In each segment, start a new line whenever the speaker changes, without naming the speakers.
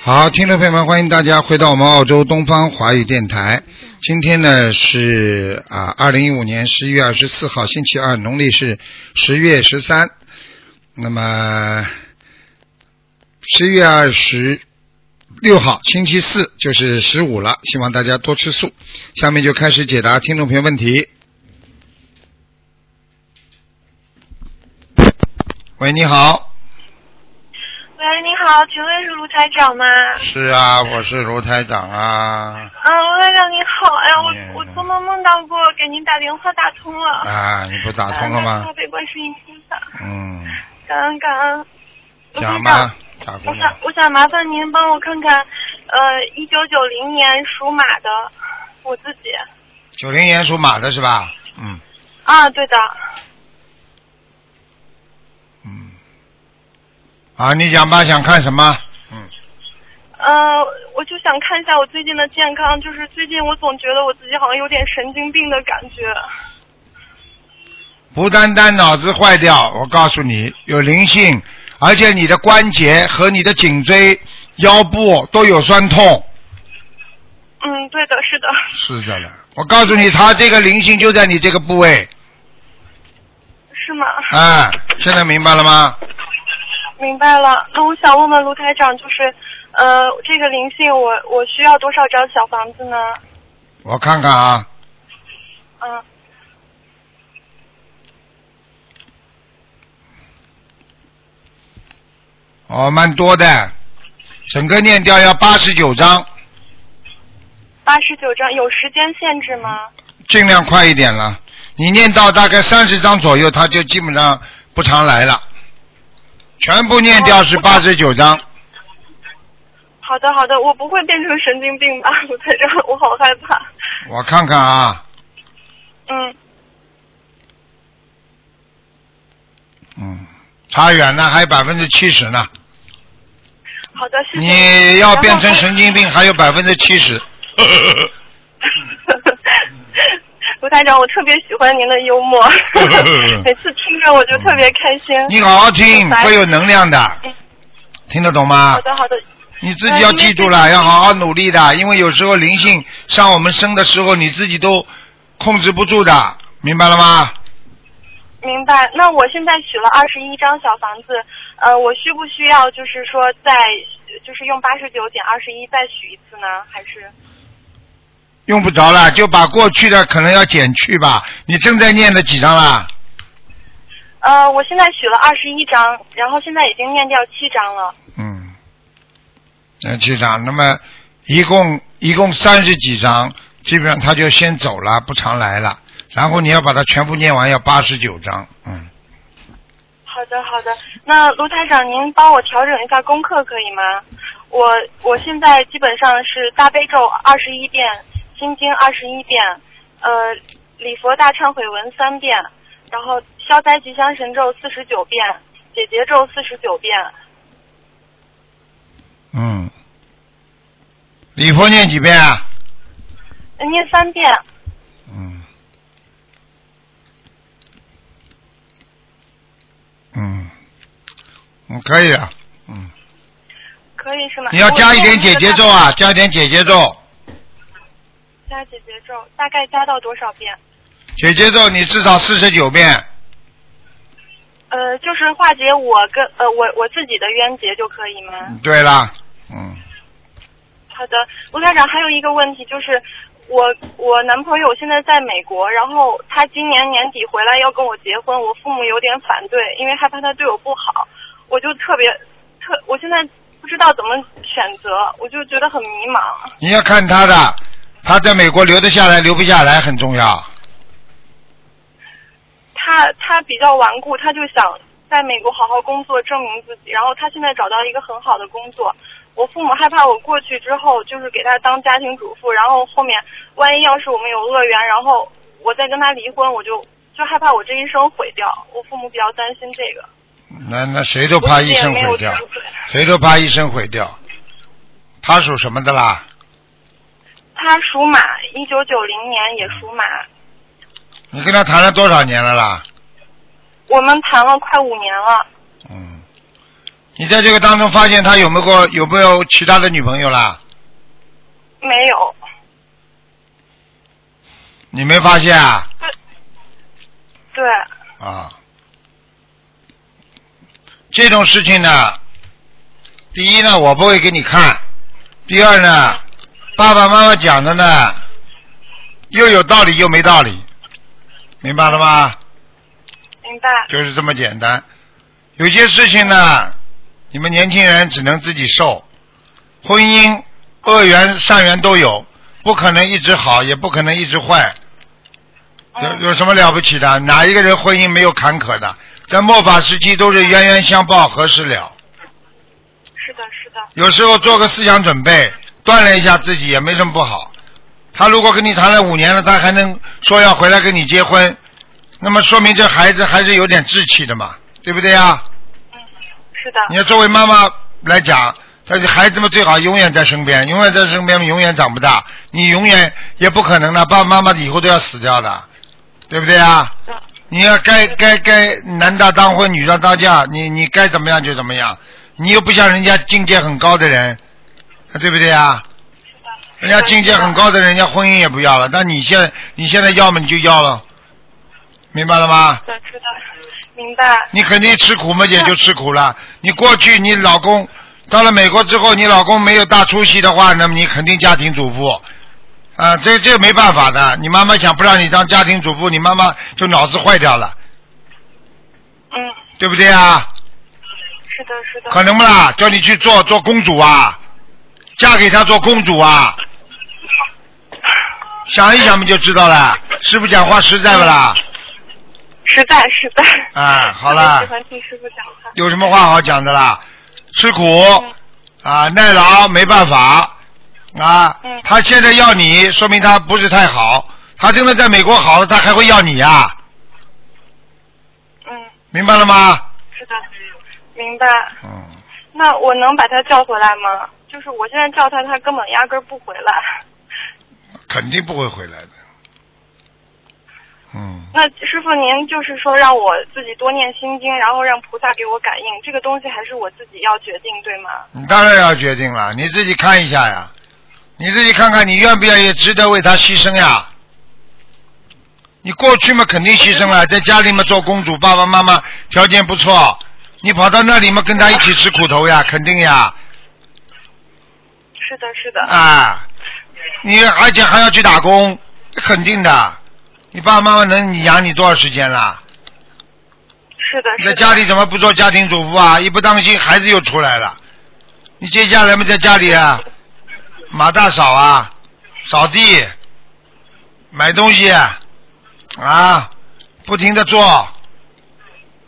好，听众朋友们，欢迎大家回到我们澳洲东方华语电台。今天呢是啊，二零一五年十一月二十四号，星期二，农历是十月十三。那么十月二十六号，星期四就是十五了，希望大家多吃素。下面就开始解答听众朋友问题。喂，你好。
喂，你好，请问是卢台长吗？
是啊，我是卢台长啊。
嗯，卢台长你好，哎呀，
你
我我做梦梦到过给您打电话打通了。呃
啊，你不打通了
感恩大
吗
慈？悲观世音菩萨，
嗯，
感恩感恩。卢台
讲
长，
吧，大姑
我想
娘，
我想麻烦您帮我看看，呃，一九九零年属马的我自己。
九零年属马的是吧？嗯
啊，对的。
嗯。啊，你讲吧，想看什么？嗯，
呃，我就想看一下我最近的健康，就是最近我总觉得我自己好像有点神经病的感觉。
不单单脑子坏掉，我告诉你，有灵性，而且你的关节和你的颈椎、腰部都有酸痛。
嗯，对的，是的。
是的了，我告诉你，他这个灵性就在你这个部位。
是吗？
啊，现在明白了吗？
明白了，那我想问问卢台长，就是，呃，这个灵性我我需要多少张小房子呢？
我看看啊，
嗯、
哦，蛮多的，整个念掉要八十九章，
八十九张，有时间限制吗？
尽量快一点了。你念到大概三十章左右，他就基本上不常来了。全部念掉是
哦
八十九章，
好的，好的，我不会变成神经病吧，卢台长，我好害怕。
我看看啊，
嗯，
嗯，差远了，还有百分之七十呢。
好的，谢谢
你要变成神。经
然后
病，还有百分之七十。
卢台长，我特别喜欢您的幽 默，每次听着我就特别开心。
你好好听，
拜拜
会有能量的，听得懂吗？
好的，好的，
你自己要记住了，
哎
要好好努力的，因为有时候灵性上我们身的时候，你自己都控制不住的，明白了吗？
明白。那我现在取了二十一张小房子，呃，我需不需要就是说再就是用八十九减二十一再取一次呢？还是
用不着了，就把过去的可能要减去吧。你正在念的几章啦？
呃，我现在取了二十一张，然后现在已经念掉七张了。
嗯，那七章，那么一共一共三十几章，基本上他就先走了，不常来了。然后你要把它全部念完，要八十九章。嗯，
好的，好的。那卢台长，您帮我调整一下功课可以吗？我我现在基本上是大悲咒二十一遍，心经二十一遍，呃，礼佛大忏悔文三遍，然后消灾吉祥神咒四十九遍，解结咒四十九遍，
嗯，礼佛念几遍啊？
呃念三遍。
嗯，嗯，嗯，可以啊，嗯，
可以是吗？
你要加一点姐
解
姐咒！啊，加一点姐姐咒，
加解结咒，大概加到多少遍？
姐姐咒你至少四十九遍，
呃，就是化解我跟呃我我自己的冤结就可以吗？
对啦，嗯，
好的，卢台长，还有一个问题就是，我我男朋友现在在美国，然后他今年年底回来要跟我结婚，我父母有点反对，因为害怕他对我不好，我就特别特，我现在不知道怎么选择，我就觉得很迷茫。
你要看他的，他在美国留得下来留不下来很重要，
他他比较顽固，他就想在美国好好工作，证明自己。然后他现在找到一个很好的工作，我父母害怕我过去之后就是给他当家庭主妇，然后后面万一要是我们有恶缘，然后我再跟他离婚，我就就害怕我这一生毁掉。我父母比较担心这个，
那那谁都怕
我自己
一
也
生
没有
毁掉，
智慧
谁都怕一生毁掉，他属什么的啦？
他属马，一九九零年也属马，
你跟他谈了多少年了啦？
我们谈了快五年了。
嗯，你在这个当中发现他有没有过有没有其他的女朋友啦？
没有，
你没发现啊？
对，
啊，这种事情呢，第一呢，我不会给你看；第二呢，爸爸妈妈讲的呢，又有道理又没道理，明白了吗？
明白。
就是这么简单。有些事情呢，你们年轻人只能自己受。婚姻恶缘善缘都有，不可能一直好，也不可能一直坏。
哦嗯
有有什么了不起的？哪一个人婚姻没有坎坷的？在末法时期都是冤冤相报何时了？
是的，是的，
有时候做个思想准备，锻炼一下自己也没什么不好。他如果跟你谈了五年了，他还能说要回来跟你结婚，那么说明这孩子还是有点志气的嘛，对不对呀？
嗯是的，
你要作为妈妈来讲，他的孩子们最好永远在身边，永远在身边，永远长不大。你永远也不可能的，爸爸妈妈以后都要死掉的，对不对啊？你要该该该男大当婚，女大当嫁，你你该怎么样就怎么样。你又不像人家境界很高的人，对不对啊？人家境界很高的人，人家婚姻也不要了，但你现你现在要么你就要了，明白了吗？
对，知道，明白，
你肯定吃苦嘛，也就吃苦了。你过去你老公到了美国之后，你老公没有大出息的话，那么你肯定家庭主妇。啊，这这没办法的。你妈妈想不让你当家庭主妇，你妈妈就脑子坏掉了，
嗯，
对不对啊？
是的，是的，
可能不啦？叫你去做做公主啊，嫁给他做公主啊。想一想不就知道了？师傅讲话实在不啦？
实在实在。
啊好啦
了。喜欢听师傅讲话。嗯
有什么话好讲的啦？吃苦啊，耐劳没办法啊
嗯。
他现在要你，说明他不是太好。他真的在美国好了，他还会要你呀、
嗯，
明白了吗？
是的，明白。
嗯，
那我能把他叫回来吗？就是我现在叫他，他根本压根儿不回来。
肯定不会回来的。嗯，
那师傅，您就是说让我自己多念心经，然后让菩萨给我感应，这个东西还是我自己要决定，对吗？
你当然要决定了，你自己看一下呀，你自己看看你愿不愿意值得为他牺牲呀。你过去嘛肯定牺牲了，在家里嘛做公主，爸爸妈妈条件不错，你跑到那里嘛跟他一起吃苦头呀，肯定呀。
是的，是的，
啊，你而且还要去打工，肯定的。你爸爸妈妈能你养你多少时间啦？
是的，
你
是
在
的。
家里怎么不做家庭主妇啊？一不当心孩子又出来了，你接下来嘛在家里啊，马大嫂啊，扫地，买东西啊，啊不停的做，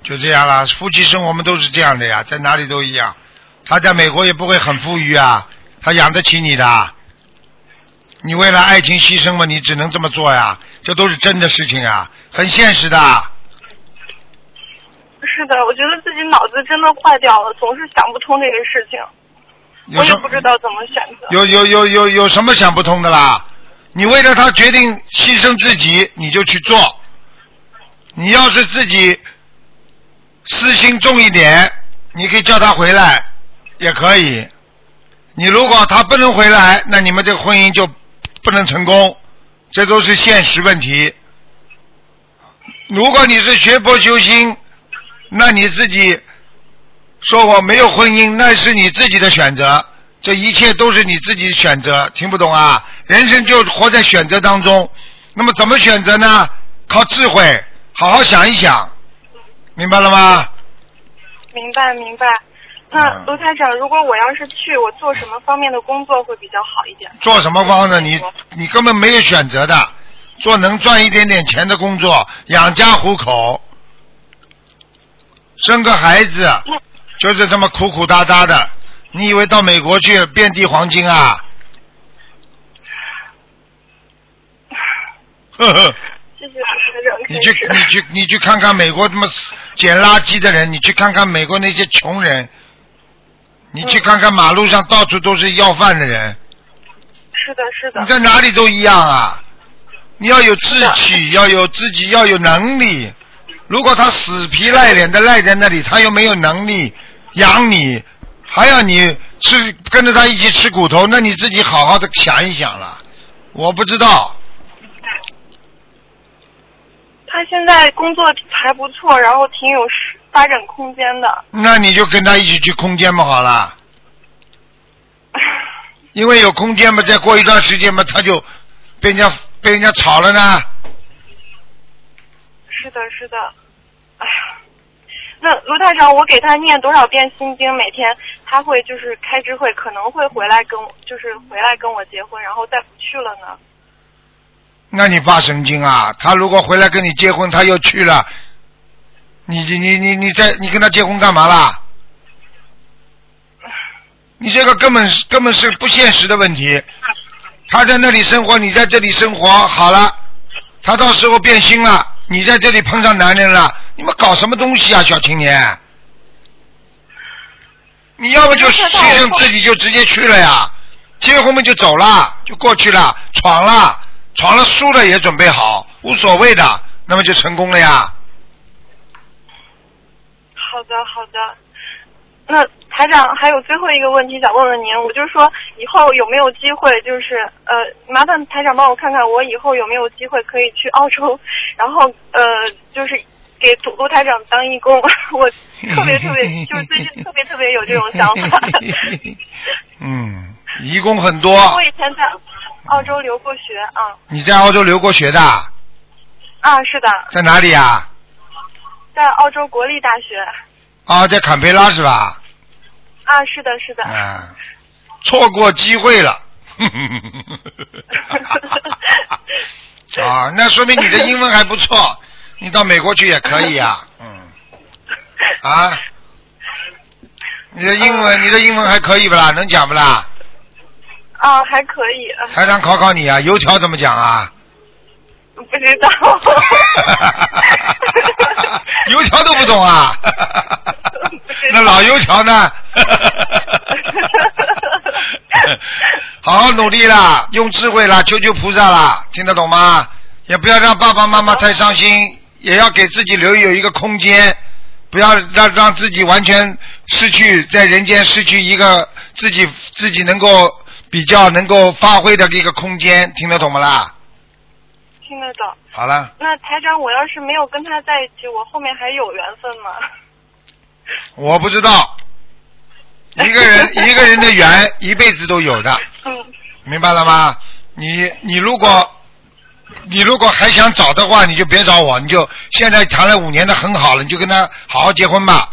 就这样了。夫妻生活嘛都是这样的呀，在哪里都一样。他在美国也不会很富裕啊，他养得起你的。你为了爱情牺牲嘛，你只能这么做呀，这都是真的事情啊，很现实的。
是的，我觉得自己脑子真的坏掉了，总是想不通这个事情，
有
我
时
也
候
不知道怎么选择。
有有有有有什么想不通的啦？你为了他决定牺牲自己，你就去做。你要是自己私心重一点，你可以叫他回来，也可以。你如果他不能回来，那你们这个婚姻就不能成功，这都是现实问题。如果你是学佛修心，那你自己说我没有婚姻，那是你自己的选择，这一切都是你自己选择，听不懂啊？人生就活在选择当中，那么怎么选择呢？靠智慧，好好想一想，明白了吗？
明白明白。那
嗯
卢台长，如果我要是去，我做什么方面的工作会比较好一点？
做什么方呢？你你根本没有选择的，做能赚一点点钱的工作，养家糊口，生个孩子，就是这么苦苦哒哒的。你以为到美国去遍地黄金啊？ 呵呵，
谢谢卢台长
你
开
去
始。
你去你去看看美国他妈捡垃圾的人，你去看看美国那些穷人，你去看看马路上到处都是要饭的人。
是的，是的
你，在哪里都一样啊！你要有志气，要有自己，要有能力。如果他死皮赖脸的赖在那里，他又没有能力，养你，还要你吃跟着他一起吃骨头，那你自己好好的想一想了。我不知道，
他现在工作还不错，然后挺有实发展空间的。
那你就跟他一起去空间嘛，好了。因为有空间嘛，再过一段时间嘛，他就被人家被人家炒了呢。
是的，是的。哎呀，那卢太长，我给他念多少遍心经？每天他会就是开智慧，可能会回来跟我，就是回来跟我结婚，然后再不去了呢？
那你发神经啊！他如果回来跟你结婚，他又去了，你你你你你在你跟他结婚干嘛啦？你这个根本是根本是不现实的问题。他在那里生活，你在这里生活，好了，他到时候变心了，你在这里碰上男人了，你们搞什么东西啊，小青年？你要么就牺牲自己，就直接去了呀，结婚嘛就走了，就过去了，闯了，闯了输了也准备好，无所谓的，那么就成功了呀。
好的，好的。那台长还有最后一个问题想问问您，我就是说以后有没有机会，就是呃，麻烦台长帮我看看我以后有没有机会可以去澳洲，然后呃，就是给卢卢台长当义工。 我特别特别，就是最近特别特别有这种想 法。
嗯，义工很多。
我以前在澳洲留过学啊。
你在澳洲留过学的？
啊，是的。
在哪里啊？
在澳洲国立大学。
啊，在坎培拉是吧？
啊，是的， 是的。
啊，错过机会了。 啊，那说明你的英文还不错，你到美国去也可以啊。嗯。啊？你的英文，你的英文还可以不啦？能讲不啦？
啊，还可以。
台长考考你啊，油条怎么讲啊？
不知道。
油条都不懂 啊？那老油条呢？好好努力啦，用智慧啦，求求菩萨啦，听得懂吗？也不要让爸爸妈妈太伤心，也要给自己留有一个空间，不要让让自己完全失去在人间失去一个自己自己能够比较能够发挥的一个空间，听得懂吗啦？
听得懂。
好了，
那台长，我要是没有跟他在一起，我后面还有缘分吗？
我不知道，一个人一个人的缘一辈子都有的，
嗯，
明白了吗？你你如果你如果还想找的话，你就别找我，你就现在谈了五年的很好了，你就跟他好好结婚吧，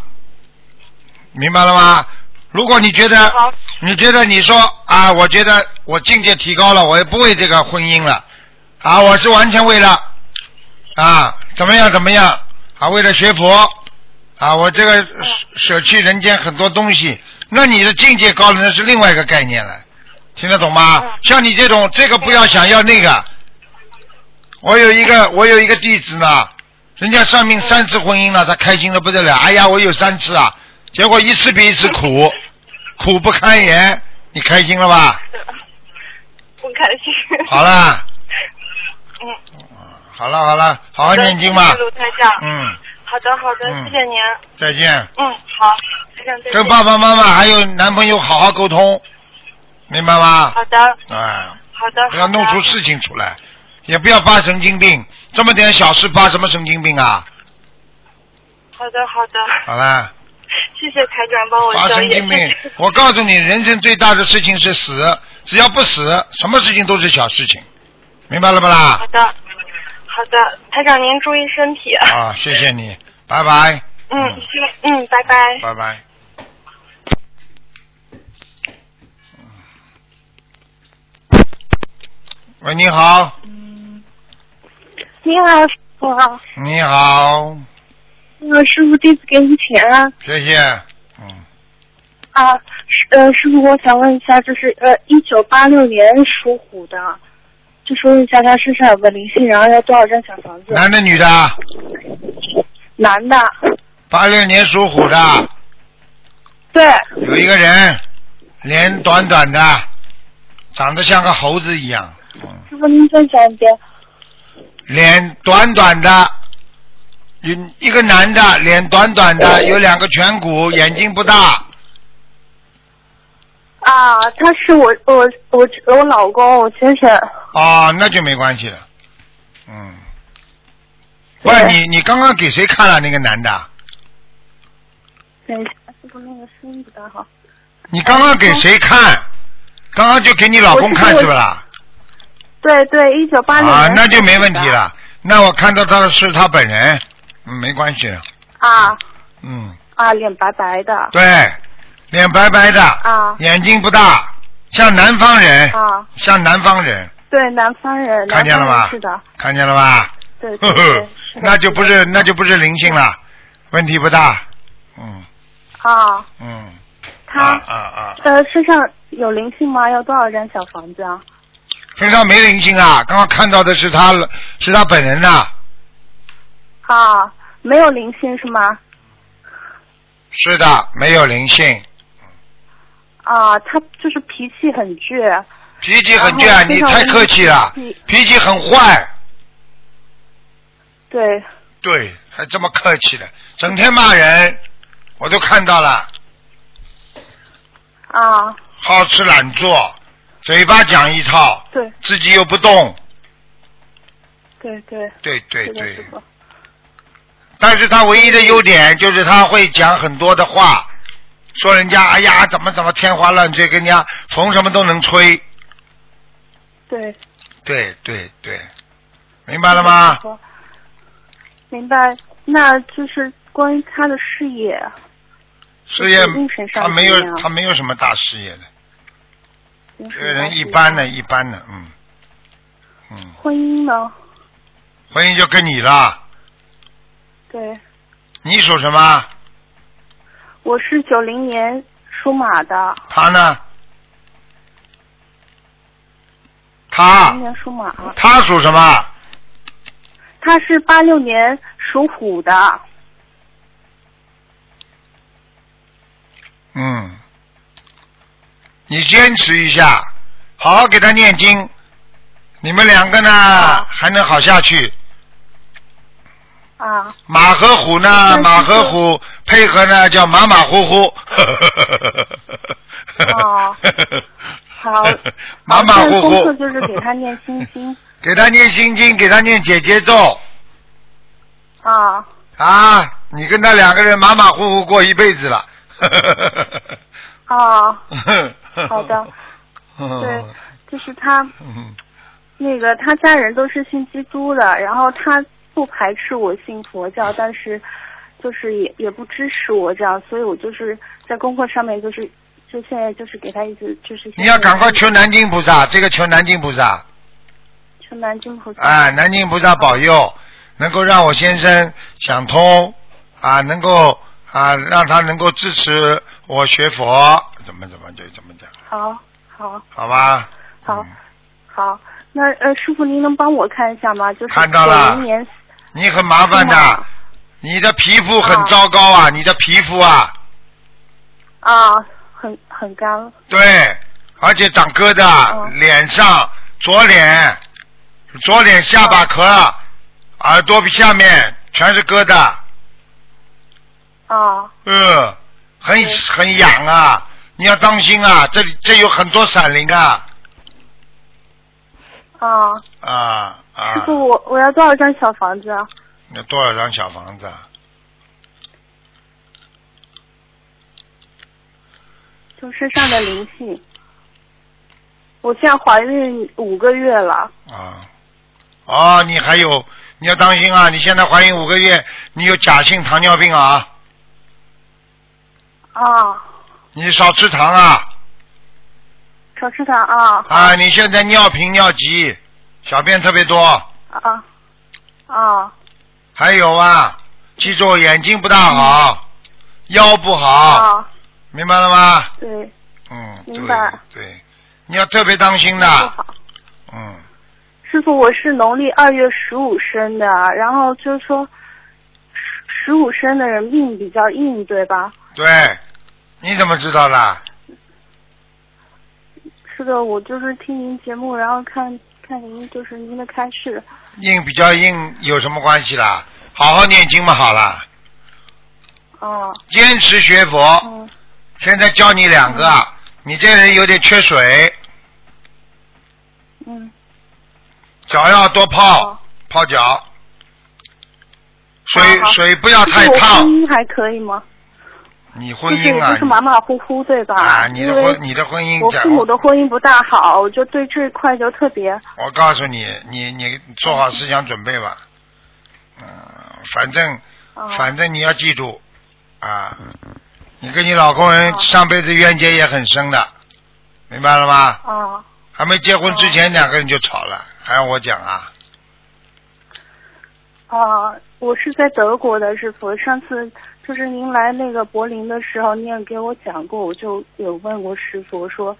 明白了吗？如果你觉得
好
你觉得你说啊，我觉得我境界提高了，我也不为这个婚姻了，啊，我是完全为了啊怎么样怎么样啊，为了学佛啊，我这个舍去人间很多东西，那你的境界高了，那是另外一个概念了，听得懂吗
嗯？
像你这种，这个不要想要那个。我有一个我有一个弟子呢，人家算命三次婚姻了，他开心的不得了，哎呀，我有三次啊，结果一次比一次苦，苦不堪言，你开心了吧？
不开心。
好啦，
嗯，
好了好了，好好
好的
念经吧
谢谢。卢台长，
嗯，
好的好的，
嗯
谢谢您。
再见。
嗯，好，台长再见。
跟爸爸妈妈还有男朋友好好沟通，明白吗？
好的
啊，
好的。
不要弄
好
出
的
事情出来，也不要发神经病，这么点小事发什么神经病啊？
好的好的，
好了。
谢谢台长帮我
发
消
神
业。
经病
谢谢！
我告诉你，人生最大的事情是死，只要不死，什么事情都是小事情，明白了不啦
好？的好的，台长您注意身体。
啊，谢谢你，拜拜。
嗯嗯，拜拜。
拜拜。喂，你好，
你好，师傅好，
你好，
呃，师傅这次给你请安
谢谢，嗯，
啊，师呃，师傅，我想问一下，就是呃，一九八六年属虎的，就说一下他身上有个灵性，然后要多少张小房子？
男的女的？
男的，
八六年属虎的，
对，
有一个人，脸短短的，长得像个猴子一样，嗯。
师傅您再讲一遍，
脸短短的，有一个男的，脸短短
哦
的，有两个颧骨，眼睛不大，
啊，他是我我我我老公，我前前
哦，那就没关系了。嗯，不是
对
你，你刚刚给谁看了那个男的？
等一下，这个那个声音不大好。
你刚刚给谁看？刚刚就给你老公看
我
是不啦？
对对，一九八六年。
啊，那就没问题。了。那我看到他的是他本人，嗯，没关系的。
啊
嗯，
啊，脸白白的。
对，脸白白的，
啊
眼睛不大，像南方人，
啊，
像南方人，
对，南方人。
看见了
南方
吗
人是的，
看见了吧？
对对
呵
对
呵，
是的。
那就不是那就不是灵性了，问题不大。嗯
啊，
嗯。
他
啊啊啊！
呃身上有灵性吗？要多少张小房子啊？
身上没灵性啊，刚刚看到的是他是他本人呐、
啊，没有灵性是吗？
是的，没有灵性，
啊，他就是脾气很倔。
脾气很倔，啊
然后
你
身上
太客气了
没有灵，性
脾气很坏，
对，
对，还这么客气的，整天骂人，我都看到了，
啊，
好吃懒做，嘴巴讲一套，
对
自己又不动，
对对，
对对
是的，
对
师，傅。
但是他唯一的优点就是他会讲很多的话，说人家哎呀怎么怎么天花乱坠，跟人家逢什么都能吹。
对。
对对对，明白了吗？？
明白，那就是关于他的事业，
事业
精神上
他没
怎么
有
样
他没有什么大事业的，这
精神
个人
方
一
面
般的，一般的，嗯嗯，
婚姻呢？
婚姻就跟你了，
对，
你属什么？
我是九零年属马的，
他呢？
九
他
零年属马，
他属什么？
他是八六年属虎的，
嗯，你坚持一下，好好给他念经，你们两个呢、
啊
还能好下去。
啊
马和虎呢？
但是
马和虎配合呢，叫马马虎虎。
哦 好
马马
好现在
虎虎。
功课就是给他念心经
给他念心经，给他念姐姐咒
啊，
啊！你跟他两个人马马虎虎过一辈子了。
啊，
好
好的。对
嗯，
就是他
嗯
那个他家人都是信基督的，然后他不排斥我信佛教，但是就是也也不支持我这样，所以我就是在功课上面就是就现在就是给他一直就是
你要赶快求南京菩萨，这个求南京菩萨。
求南京菩萨
啊，南京菩萨保佑，能够让我先生想通啊，能够啊让他能够支持我学佛，怎么怎么就怎么讲，
好好
好吧？
好
嗯
好，那呃师傅您能帮我看一下吗？就是
看到了
九零年
你很麻烦
是吗
的，你的皮肤很糟糕啊，你的皮肤啊，
啊，很很干
对，而且长疙瘩，
嗯
脸上左脸，左脸下巴壳，
哦
耳朵下面全是疙瘩。
啊
嗯，很
对
很痒啊，你要当心啊，这里这有很多闪灵啊
啊，
啊啊
师！傅我我要多少张小房子啊？
那多少张小房子？啊？
就身上的灵性。我现在怀孕五个月了，
啊，哦，你还有，你要当心啊！你现在怀孕五个月，你有假性糖尿病啊，
啊，
你少吃糖啊
少吃糖啊，
啊！你现在尿频尿急，小便特别多，
啊啊
还有啊，记住眼睛不大好，腰不好，
嗯啊，
明白了吗？
对，
嗯，对
明白
对，你要特别当心的
不，好。
嗯。
师傅，我是农历二月十五生的，然后就是说，十十五生的人命比较硬，对吧？
对，你怎么知道的？
是的，我就是听您节目，然后看看您就是您的开示，
硬比较硬有什么关系啦？好好念经嘛，好了，
哦，
坚持学佛。
嗯，
现在教你两个，啊你这人有点缺水，
嗯，
脚要多泡
哦
泡脚，水
好好
水不要太
就是我
烫
婚。姻还可以吗？
你婚
就是
姻
就
啊
是马马虎虎，对吧？
你啊，你的
因为
婚你的婚姻
我
讲
父母的婚姻不大好，我就对这一块就特别
我告诉你，你你做好思想准备吧。嗯，反正
啊，
反正你要记住啊，你跟你老公人
哦
上辈子冤结也很深的，明白了吗？
啊，
还没结婚之前两个人就吵了，还要我讲啊？
啊，我是在德国的师傅，上次就是您来那个柏林的时候，您也给我讲过，我就有问过师傅，我说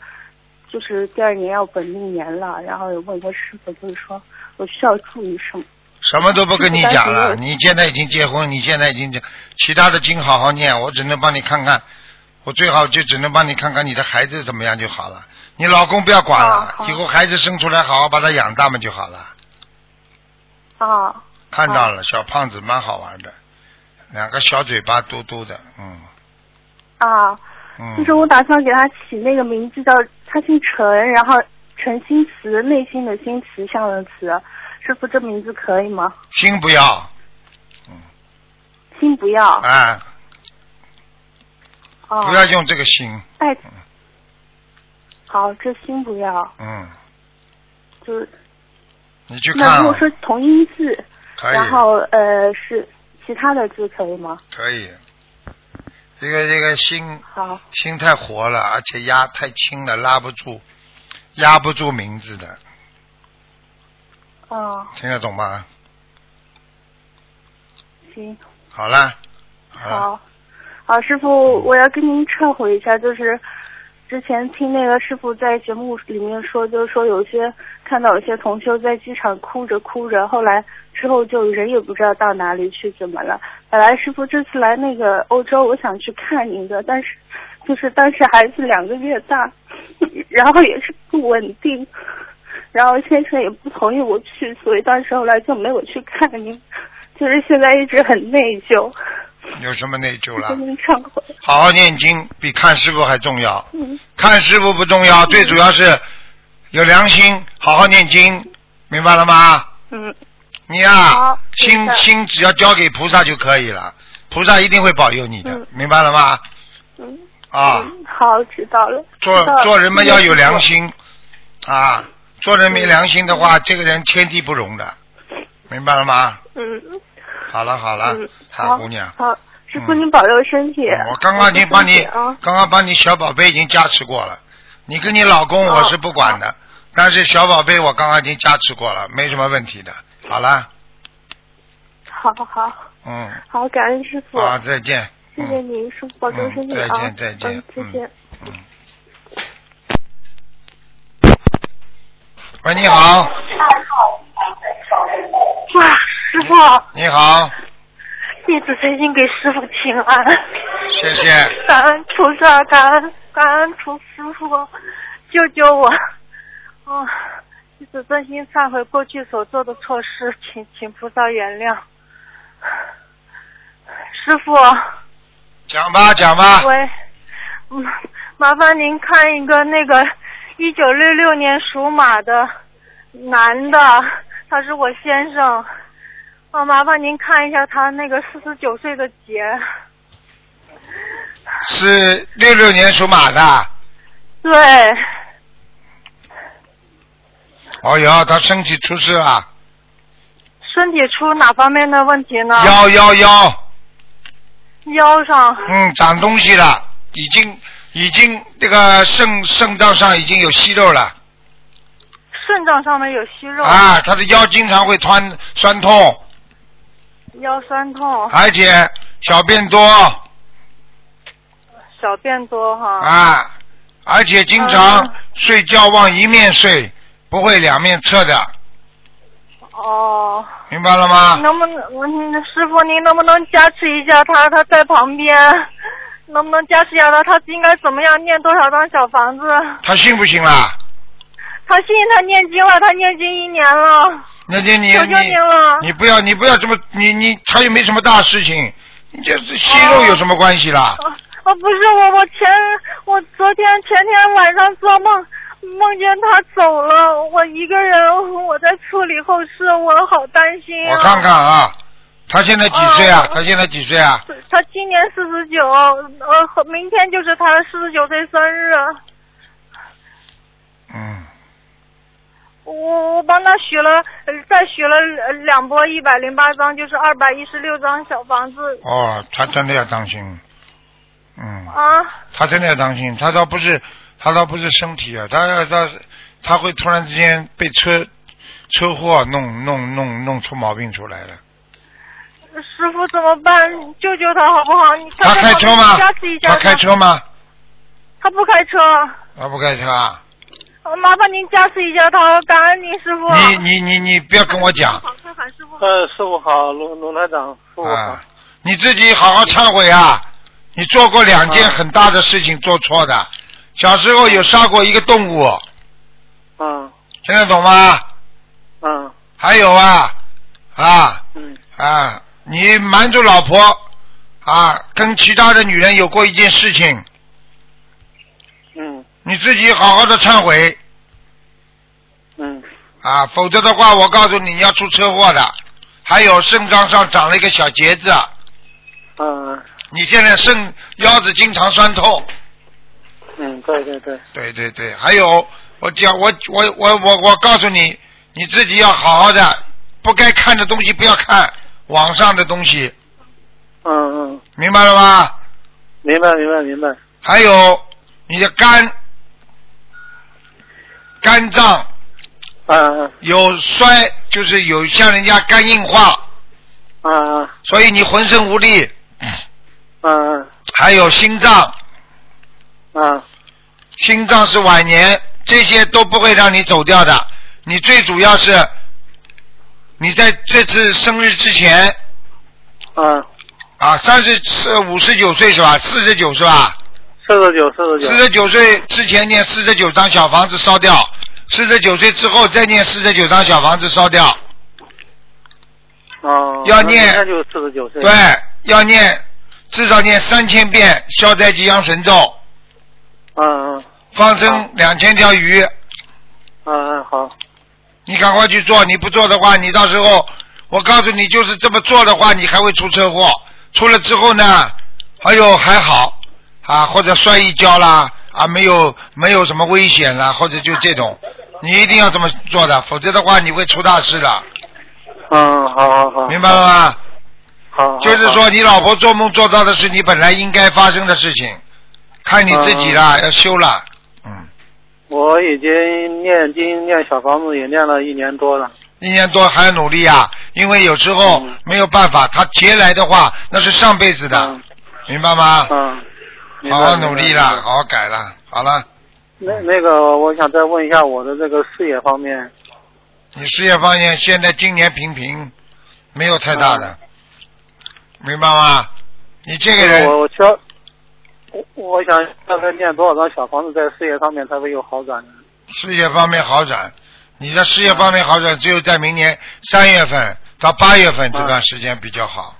就是第二年要本命年了，然后有问过师傅，就是说我需要注意什么？
什么都不跟你讲了，
就是当时
你现在已经结婚，你现在已经讲其他的经好好念，我只能帮你看看，我最好就只能帮你看看你的孩子怎么样就好了。你老公不要管了
哦，好
以后孩子生出来好好把他养大嘛就好了。
啊，
看到了，小胖子蛮好玩的，两个小嘴巴嘟嘟的，嗯
啊，
嗯。
就是我打算给他起那个名字叫他姓陈，然后陈心慈，内心的心慈祥的慈，师傅这名字可以吗？
心不要
心不要哦啊，
啊，不要嗯用这个心，
爱，好，这心不要，
嗯，
就是
你去
那
看啊
如果说同音字，
可以
然后呃是其他的字可以吗？
可以，这个这个心
好，
心太活了，而且压太轻了，拉不住，压不住名字的，
哦，
听得懂吗？
行，
好了，好了，
好，好，师傅，我要跟您忏悔一下，就是之前听那个师傅在节目里面说，就是说有些看到有些同修在机场哭着哭着，后来之后就人也不知道到哪里去，怎么了？本来师傅这次来那个欧洲，我想去看您的，但是就是当时孩子两个月大， 然后也是不稳定。然后先生也不同意我去，所以到时候来就没有去看您，就是现在一直很内疚。
有什么内疚了
跟？您忏悔。
好好念经比看师傅还重要，
嗯，
看师傅不重要，最主要是有良心，好好念经，明白了吗？
嗯，
你呀、
好明
心
白
心只要交给菩萨就可以了，菩萨一定会保佑你的，
嗯
明白了吗？
嗯，
啊，
嗯好，知道了。
做
知道了
做人们要有良。心啊，做人没良心的话，这个人天地不容的，明白了吗？
嗯嗯，
好了啊好了
嗯，
傻姑娘，
好，师傅
嗯
您保佑身体。
我刚刚已经帮你
保佑身体啊，
刚刚帮你小宝贝已经加持过了，你跟你老公我是不管的，但是小宝贝我刚刚已经加持过了，没什么问题的。好了，
好好
嗯，
好，感恩师傅，
好，再见。
谢谢
嗯
您，师傅保重身体啊。
啊嗯再见再见
嗯，再见。
嗯。喂，你好，
哇，师傅，
你好，
弟子诚心给师傅请安，
谢谢。
感恩菩萨，感恩感恩菩师傅，救救我！啊，弟子真心忏悔过去所做的错事，请请菩萨原谅。师傅，
讲吧，讲吧。
喂，嗯，麻烦您看一个那个一九六六年属马的男的，他是我先生。啊，麻烦您看一下他那个四十九岁的杰，
是六六年属马的。
对，
哦哟，他身体出事了，
身体出哪方面的问题呢？
啊
腰腰腰，
腰上，
嗯，长东西了，已经已经这个肾肾脏上已经有息肉了
肾脏上面有息肉，
啊，他的腰经常会酸酸痛，
腰酸痛，
而且小便多
小便多哈。
啊，而且经常
嗯
睡觉往一面睡，不会两面侧的，
哦，
明白了吗？
能不能，嗯师傅您能不能加持一下他？他在旁 边，能不能加持一下他？他应该怎么样念多少张小 房子？
他信不信啦？
他信他念经了，他念经一年了。
那就你
求求您了
你你不要你不要这么你你他又没什么大事情，你这是息肉有什么关系啦？
哦， 哦不是我，我前我昨天前天晚上做梦，梦见他走了，我一个人我在处理后事，我好担心、啊。
我看看啊，他现在几岁啊
哦？
他现在几岁啊？
他今年四十九，呃，和明天就是他四十九岁生日。
嗯，
我我帮他许了，呃再许了呃两波一百零八张，就是二百一十六张小房子
哦，他真的要当心。嗯，
啊。
他真的要当心，他倒不是他倒不是身体啊，他要他他会突然之间被车车祸弄弄弄弄出毛病出来了。
师傅怎么办？救救他好不好？你
他开车吗
一家子一？家
他
子
开车吗？
他不开车。
他不开车啊？
呃麻烦您加持一下他，感恩您师傅。
你你你你不要跟我讲
呃，师傅好，卢卢台长，师傅好。
啊！你自己好好忏悔啊！你做过两件很大的事情，做错的。小时候有杀过一个动物，
嗯
听得懂吗？
嗯
还有啊啊
嗯
啊！你瞒住老婆啊，跟其他的女人有过一件事情，
嗯
你自己好好的忏悔
嗯
啊，否则的话，我告诉你，你要出车祸的。还有肾脏上长了一个小结子，
嗯
你现在肾腰子经常酸痛。
嗯，对对对，
对对对，还有我讲我我我我我告诉你，你自己要好好的，不该看的东西不要看，网上的东西，
嗯嗯，
明白了吗？
明白明白明白，
还有你的肝、肝脏
嗯
有衰，就是有像人家肝硬化，
嗯嗯
所以你浑身无力。
嗯
还有心脏，
嗯
心脏是晚年，这些都不会让你走掉的。你最主要是你在这次生日之前
嗯，
啊，三十四五十九岁是吧？四十九是吧？
四十九四十
四
九，
十九岁之前念四十九张小房子烧掉，四十九岁之后再念四十九张小房子烧掉。
哦，
要
那
念
那就四十九岁，
对，要念至少念三千遍消灾吉祥神咒，
嗯嗯
放生两千条鱼。
嗯嗯好，
你赶快去做，你不做的话，你到时候我告诉你，就是这么做的话，你还会出车祸。出了之后呢，哎呦还好啊，或者摔一跤啦，啊没有没有什么危险啦，或者就这种，你一定要这么做的，否则的话你会出大事的，
嗯好好好，
明白了吗？
好，好，
就是
好
说你老婆做梦做到的是你本来应该发生的事情，看你自己啦，
嗯
要修啦，嗯，
我已经念经念小房子也念了一年多了，
一年多还要努力啊，因为有时候
嗯
没有办法，他劫来的话那是上辈子的。
嗯
明白吗？
嗯，明白
好好努力
明白
啦，好好改啦，好了，
那那个，我想再问一下我的这个事业方面，
你事业方面现在今年平平，没有太大
啊
的，明白吗？你这个人
我我需要，我我想大概念多少张小房子，在事业上面才会有好转呢？
事业方面好转，你的事业方面好转只有在明年三月份到八月份
啊
这段时间比较好，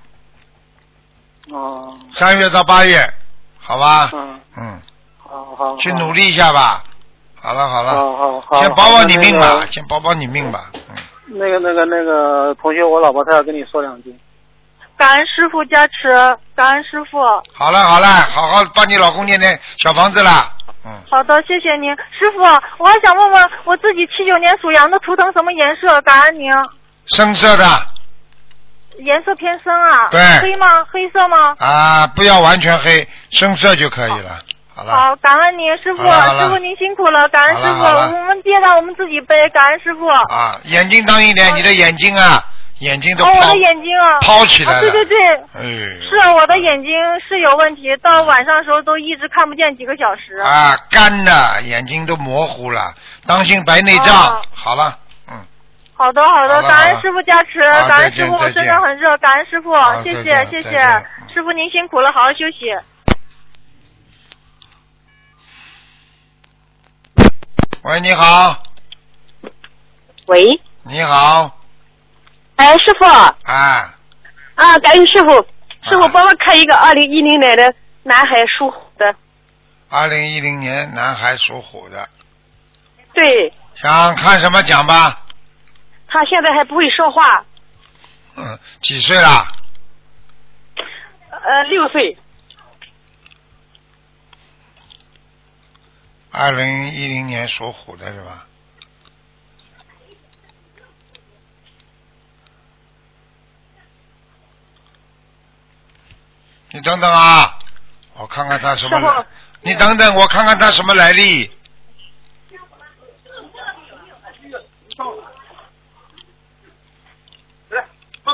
哦，
三月到八月，好吧？
嗯，
嗯，
好好好，
去努力一下吧。好了好了，
好好啊好，
先保保你
那
命吧，
那
先保保你命吧。嗯，
个那个那个那个同学，我老婆她要跟你说两句。
感恩师傅加持，感恩师傅。
好了好了，好好帮你老公念念小房子啦。嗯。
好的，谢谢您，师傅。我还想问问我自己七九年属羊的图腾什么颜色？感恩您。
深色的
颜色偏深啊，
对
黑吗？黑色吗？
啊，不要完全黑，深色就可以了。好了，
好，感恩您师傅，
好了好了
师傅您辛苦了，感恩师
好了好
傅，
了
我们业障我们自己背，感恩师傅。哦，
啊，眼睛当一点，你的眼睛啊，眼睛都
我
抛
的眼睛啊，
抛起来
啊
了。
对对对，
哎呦，
是啊我的眼睛是有问题，到晚上的时候都一直看不见几个小时。
啊，干的，眼睛都模糊了，当心白内障。
哦
好了，嗯，
好的好
好
的，
了
感恩师傅加持，
好
感
再
恩
见
师傅，我
再见
身上很热，感恩师傅
好，
谢
再见
谢
再
谢谢
见，
师傅您辛苦了，好好休息。
喂，你好，
喂，
你好，
哎，师傅
啊，
啊，感恩师傅，师
啊
傅帮我看一个二零一零年的男孩属虎的，
二零一零年男孩属虎的，
对
想看什么讲吧？
他现在还不会说话，
嗯，几岁了？
呃，六岁，
二零一零年属虎的是吧？你等等啊，我看看他什么
师
来
傅。
你等等，我看看他什么来历。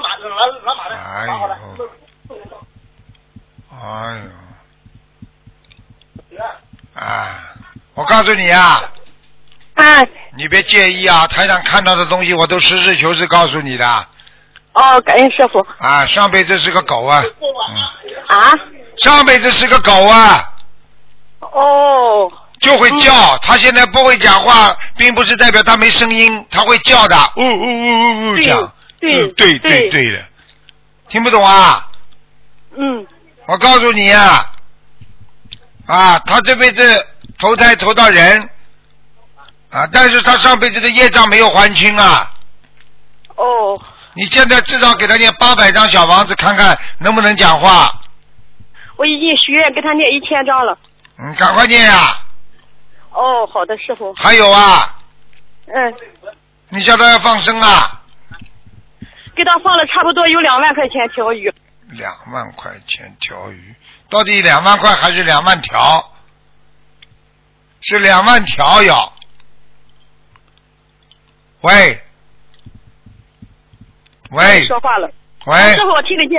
哎呦，哎呦，啊！我告诉你啊，
啊，
你别介意啊，台长看到的东西我都实事求是告诉你的
哦，感恩师傅
啊。上辈子是个狗啊，嗯，
啊，
上辈子是个狗啊，
哦，
就会叫。
嗯
他现在不会讲话，并不是代表他没声音，他会叫的，呜
嗯
呜呜呜呜
对
讲。
对
嗯对对
对
对的，听不懂啊？
嗯，
我告诉你啊，啊，他这辈子投胎投到人，啊，但是他上辈子的业障没有还清啊。
哦，
你现在至少给他念八百张小房子，看看能不能讲话。
我已经许愿给他念一千张了，
你嗯赶快念呀、
哦，好的，师傅，
还有啊，
嗯，
你叫他要放生啊，
给他放了差不多有两万块钱条鱼，
两万块钱条鱼，到底两万块还是两万条？是两万条要。喂，喂
说话了，
喂
师，傅我听得见，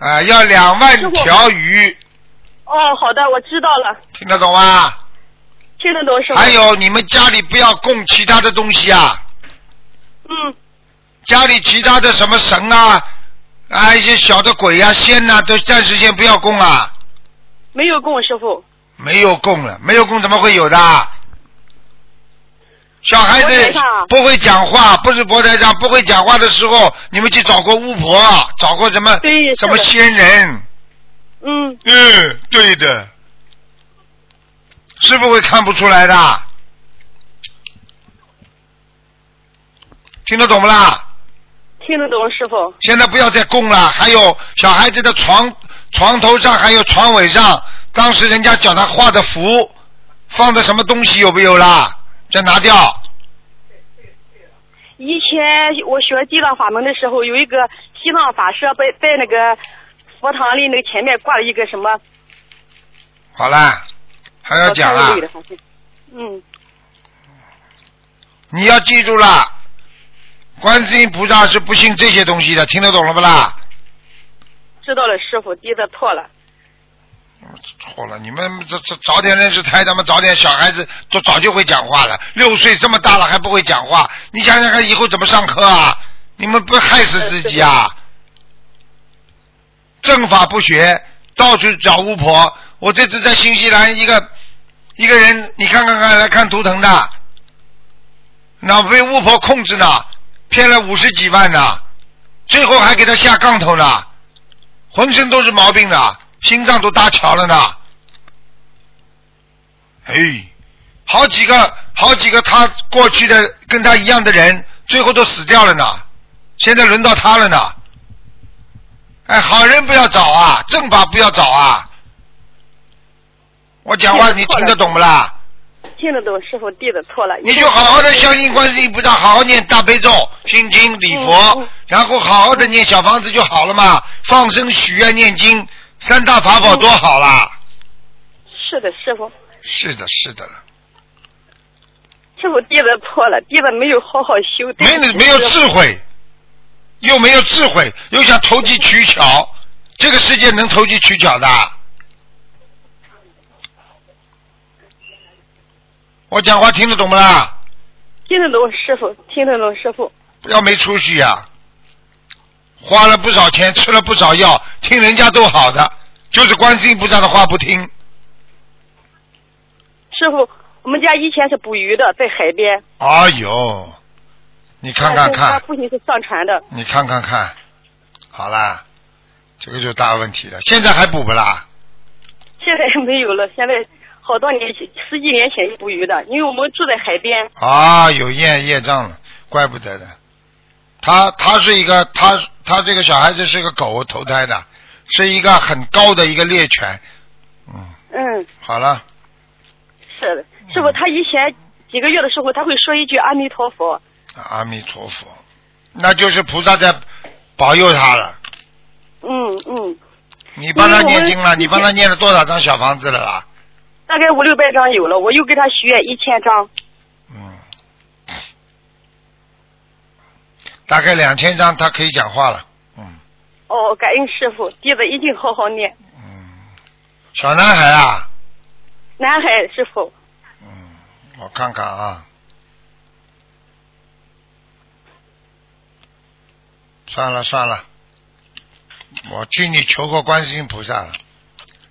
啊、要两万条鱼，
哦，好的，我知道了，
听得懂吗？
听得懂师傅，
还有你们家里不要供其他的东西啊。
嗯，
家里其他的什么神啊，啊一些小的鬼啊、仙呐、都暂时先不要供啊，
没有供师傅，
没有供了，没有供怎么会有的啊？小孩
佛台
子
上
不会讲话，不是佛台上不会讲话的时候，你们去找过巫婆，找过什么
对是
什
的
么仙人？
嗯，
嗯，对的，师傅会看不出来的，听得懂不啦？
听得懂师傅，
现在不要再供了。还有小孩子的床床头上，还有床尾上，当时人家叫他画的符，放的什么东西有没有啦？再拿掉。
以前我学地藏法门的时候，有一个西藏法师在在那个佛堂里那个前面挂了一个什么，
好啦，还要讲啊啦
我看不对，的好像嗯，
你要记住啦。观世音菩萨是不信这些东西的，听得懂了不啦？
知道了，师傅，低的错了，
错了，你们这这早点认识台，咱们早点小孩子都早就会讲话了。六岁这么大了还不会讲话，你想想看以后怎么上课啊？你们不害死自己啊？正法不学，到处找巫婆。我这次在新西兰一个一个人，你看看看来看图腾的，那被巫婆控制呢，骗了五十几万呢，最后还给他下杠头呢。浑身都是毛病的，心脏都搭桥了呢。哎，好几个，好几个他过去的跟他一样的人，最后都死掉了呢。现在轮到他了呢。哎，好人不要找啊，正法不要找啊。我讲话你听得懂不啦？
听得懂，师傅，低的错了，
你就好好的相信观世音菩萨，好好念大悲咒、心经、礼佛，
嗯嗯
然后好好的念小房子就好了嘛。放生、许愿、念经，三大法宝多好啦！
是的，师傅，
是的，是的了，
师傅低的错了，低的没有好好修，对
没
不起
没有
师
智慧，又没有智慧，又想投机取巧，这个世界能投机取巧的？我讲话听得懂不啦？
傅听得懂，师傅，听得懂，师傅，
不要没出息呀、啊花了不少钱，吃了不少药，听人家都好的，就是观世音菩萨的话不听。
师傅，我们家以前是捕鱼的，在海边，
哎呦，你看看
但是他
看，
父亲是上传的，
你看看看，好啦，这个就大问题了。现在还补不啦？
现在没有了，现在好多年前，十几年前捕鱼的，因为我们住在海边，
啊，有业业障了，怪不得的。他他是一个他他这个小孩子是个狗投胎的，是一个很高的一个猎犬。嗯，
嗯，
好了，
是的，师傅，他以前几个月的时候，他会说一句阿弥陀佛，
阿弥陀佛，那就是菩萨在保佑他了。
嗯嗯，
你帮他
因为我
念经了，
们
你帮他念了多少张小房子了啦？
大概五六百张有了，我又给他许愿一千张，
嗯，大概两千张，他可以讲话了。嗯
哦，感恩师傅，弟子一定好好念。
嗯，小男孩啊，
南海师傅，
嗯，我看看啊，算了算了，我去你求过观世音菩萨了，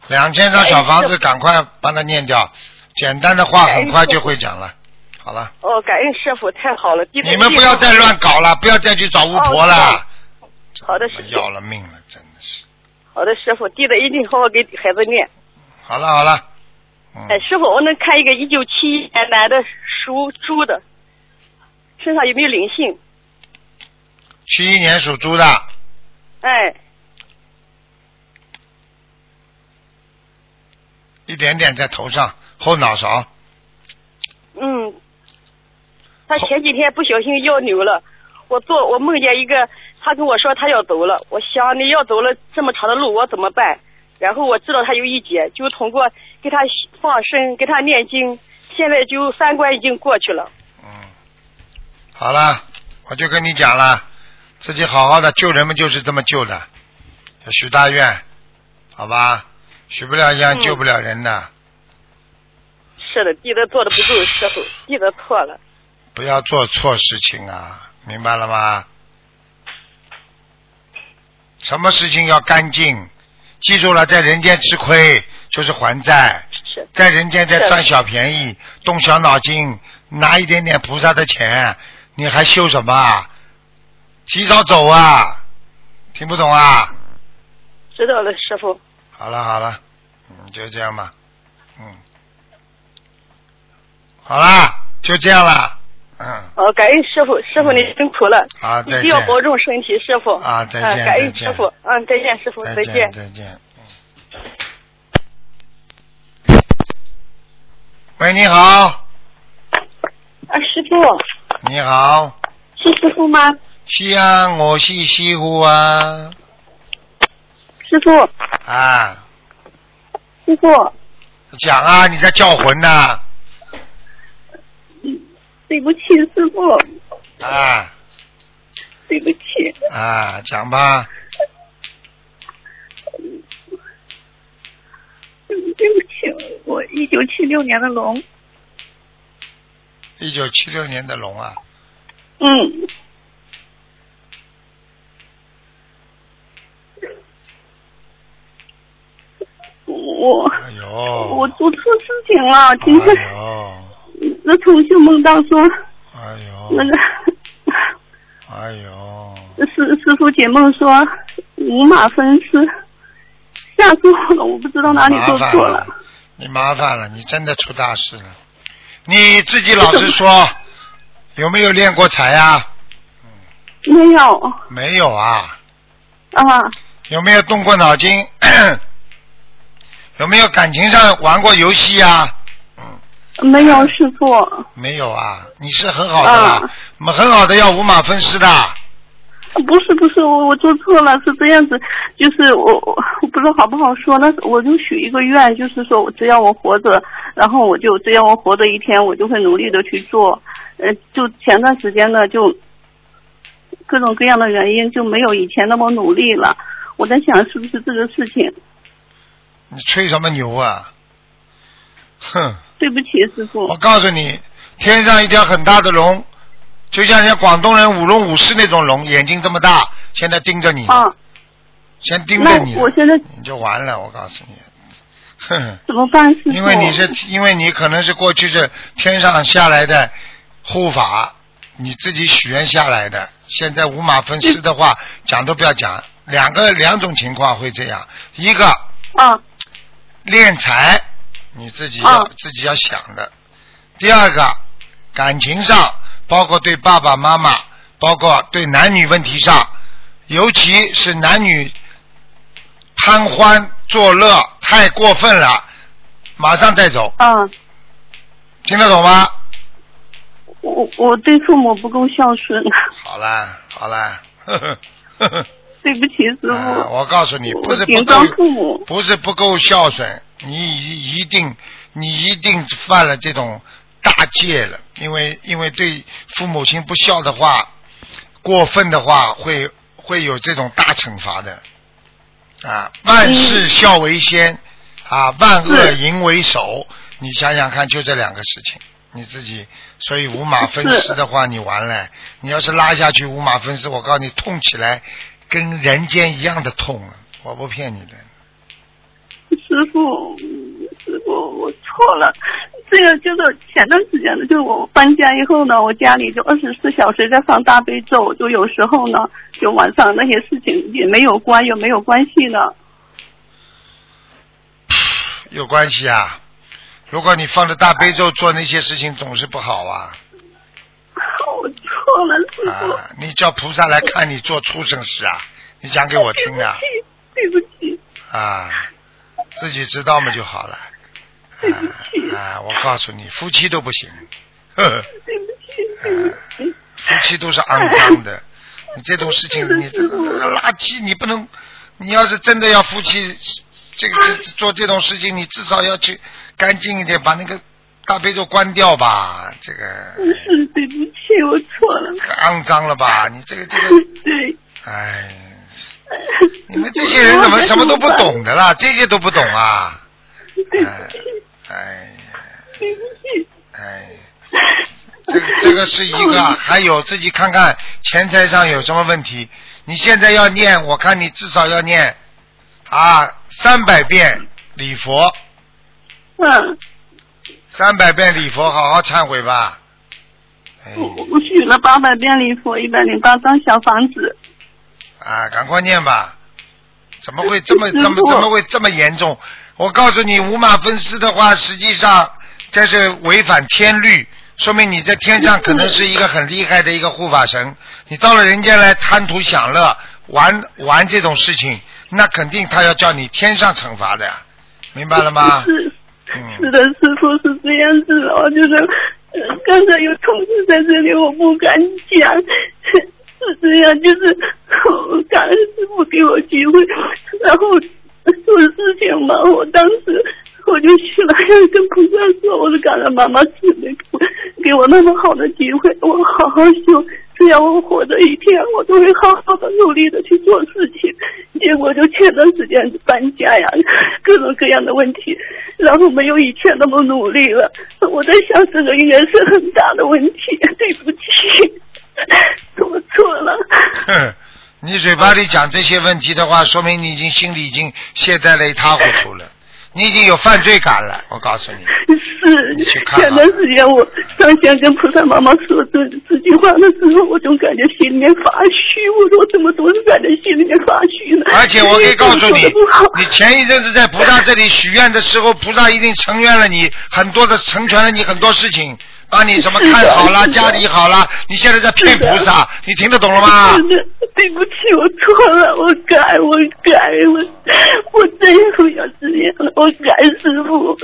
两千张小房
哎
子，
是
赶快帮他念掉，简单的话
哎
很快
是
就会讲了。好了，
哦，感恩师傅，太好了，弟子
你们不要再乱搞了，不要再去找巫婆了哎
哦。好的，师
要
傅，
了命了，真的是。
好的，师傅，弟子一定好好给孩子念。
好了好了，嗯，
哎，师傅，我能看一个一九七一年男的属猪的，身上有没有灵性？
七一年属猪的，
哎，
一点点在头上，后脑勺，
嗯，他前几天不小心腰扭了，我做我梦见一个，他跟我说他要走了，我想你要走了这么长的路我怎么办？然后我知道他有一劫，就通过给他放生，给他念经，现在就三关已经过去了。
嗯，好了，我就跟你讲了，自己好好的救人们就是这么救的，要许大愿，好吧？许不了愿
嗯
救不了人的，
是的，弟子做的不够，师傅，弟子错了。
不要做错事情啊，明白了吗？什么事情要干净？记住了，在人间吃亏就是还债。
是
在人间在
是
占小便宜，动小脑筋，拿一点点菩萨的钱，你还修什么？啊？提早走啊！听不懂啊？
知道了，师傅。
好了好了，嗯，就这样吧，嗯，好啦，就这样啦，嗯，
哦，感恩师傅，师傅你辛苦了，
好，嗯啊
一
再
定
见，
要保重身体，师傅。
啊再见
嗯感
再
恩
见
师傅，嗯，再见，师傅，
再
再见。
再见。嗯喂，你好，
啊，师傅，
你好，
是师傅吗？
是啊，我是西湖啊，
师傅，
啊。
师傅，
讲啊，你在叫魂呐、
对不起，师傅，
啊
对不起，
啊讲吧，
嗯对不起，我一九七六年的龙，
一九七六年的龙啊，
嗯，我
哎呦，
我做错事情了，今天
哎呦，
那同学梦到说
哎呦
那，个。
哎呦，
师师傅解梦说五马分尸，吓死我了！我不知道哪里做错
麻烦。
了
了，你麻烦了，你真的出大事了，你自己老 实说，有没有练过财啊？
没有
没有啊，
啊，
有没有动过脑筋？ 有没有感情上玩过游戏啊？嗯，
没有师傅
没有啊，你是很好的啦
啊，
我们很好的要五马分尸的。
不是不是，我我做错了，是这样子，就是我我我不知道好不好说，那我就许一个愿，就是说我只要我活着，然后我就只要我活着一天，我就会努力的去做。呃，就前段时间呢，就各种各样的原因，就没有以前那么努力了。我在想是不是这个事情？
你吹什么牛啊？哼！
对不起，师傅
我告诉你，天上一条很大的龙，就像人家广东人舞龙舞狮那种龙，眼睛这么大，现在盯着你，
啊，
先嗯盯着你
那，我现在
你就完了。我告诉你，哼，
怎么办，师傅？
因为你是因为你可能是过去是天上下来的护法，你自己许愿下来的。现在五马分尸的话，讲都不要讲。两个两种情况会这样，一个
啊
敛财，你自己要、
啊
自己要想的；第二个感情上，包括对爸爸妈妈，包括对男女问题上，尤其是男女贪欢作乐太过分了，马上带走，
啊，
听得懂吗？
我我对父母不够孝顺，啊
好啦，好啦， 呵呵呵呵。
对不起师傅。
啊，我告诉你，
我
不是不
顶撞父
够
母，
不是不够孝顺，你一一定，你一定犯了这种大戒了，因为因为对父母亲不孝的话，过分的话会会有这种大惩罚的，啊，万事孝为先，啊，万恶
是
淫为首，你想想看，就这两个事情。你自己，所以五马分
是
尸的话，你完了。你要是拉下去五马分尸，我告诉你，痛起来跟人间一样的痛啊！我不骗你的。
师傅，师傅，我错了。这个就是前段时间的，就是我搬家以后呢，我家里就二十四小时在放大悲咒，就有时候呢，就晚上那些事情也没有关，也没有关系呢。
有关系啊。如果你放着大悲咒做那些事情，总是不好啊
我错了，师傅，
啊！你叫菩萨来看你做畜生事啊！你讲给我听啊
对不起，
啊！自己知道嘛就好了。啊啊！我告诉你，夫妻都不行，呵呵
对不起，对不起，对不起。
夫妻都是肮脏 的。你这种事情，你这个垃圾，你不能。你要是真的要夫妻这个
啊
这做这种事情，你至少要去干净一点，把那个大悲咒关掉吧。这个
不是对不起，我错了。
太肮脏了吧？你这个这个，
对，
哎，你们这些人怎么什么都不懂的啦？这些都不懂啊？哎，哎
对不起，
哎，这个这个是一个，还有自己看看钱财上有什么问题。你现在要念，我看你至少要念啊三百遍礼佛，
嗯，
三百遍礼佛，好好忏悔吧。哎，
我我许了八百遍礼佛，一百零八张小房子。
啊，赶快念吧！怎么会这么
师傅
怎么怎么会这么严重？我告诉你，五马分尸的话，实际上这是违反天律，说明你在天上可能是一个很厉害的一个护法神，你到了人间来贪图享乐、玩玩这种事情，那肯定他要叫你天上惩罚的，明白了吗？
是是
嗯，
的，师傅是这样子的，我就是呃刚才有同事在这里，我不敢讲，是这样，就是我感恩师傅给我机会，然后做事情嘛，我当时我就去了，跟菩萨说，我是感恩妈妈慈悲，给我那么好的机会，我好好修。只要我活着一天，我都会好好的努力的去做事情。结果就前段时间搬家呀， 各种各样的问题，然后没有以前那么努力了。我在想，这个应该是很大的问题。对不起， 我错了。
哼， 你嘴巴里讲这些问题的话，说明你已经心里已经懈怠的一塌糊涂了，你已经有犯罪感了。我告诉你，你去
是
看吧啊
前段时间我上香跟菩萨妈妈说这这句话的时候，我总感觉心里面发虚。我说我怎么总是感觉心里面发虚呢？
而且我可以告诉
说
你
得不好，
你前一阵子在菩萨这里许愿的时候，菩萨一定成愿了你很多的成全了你很多事情，把你什么看好啦、
是的
家里好啦，你现在在骗菩
是
萨，你听得懂了吗？
真的，对不起，我错了，我改，我改，我我真不要这样，我改师傅。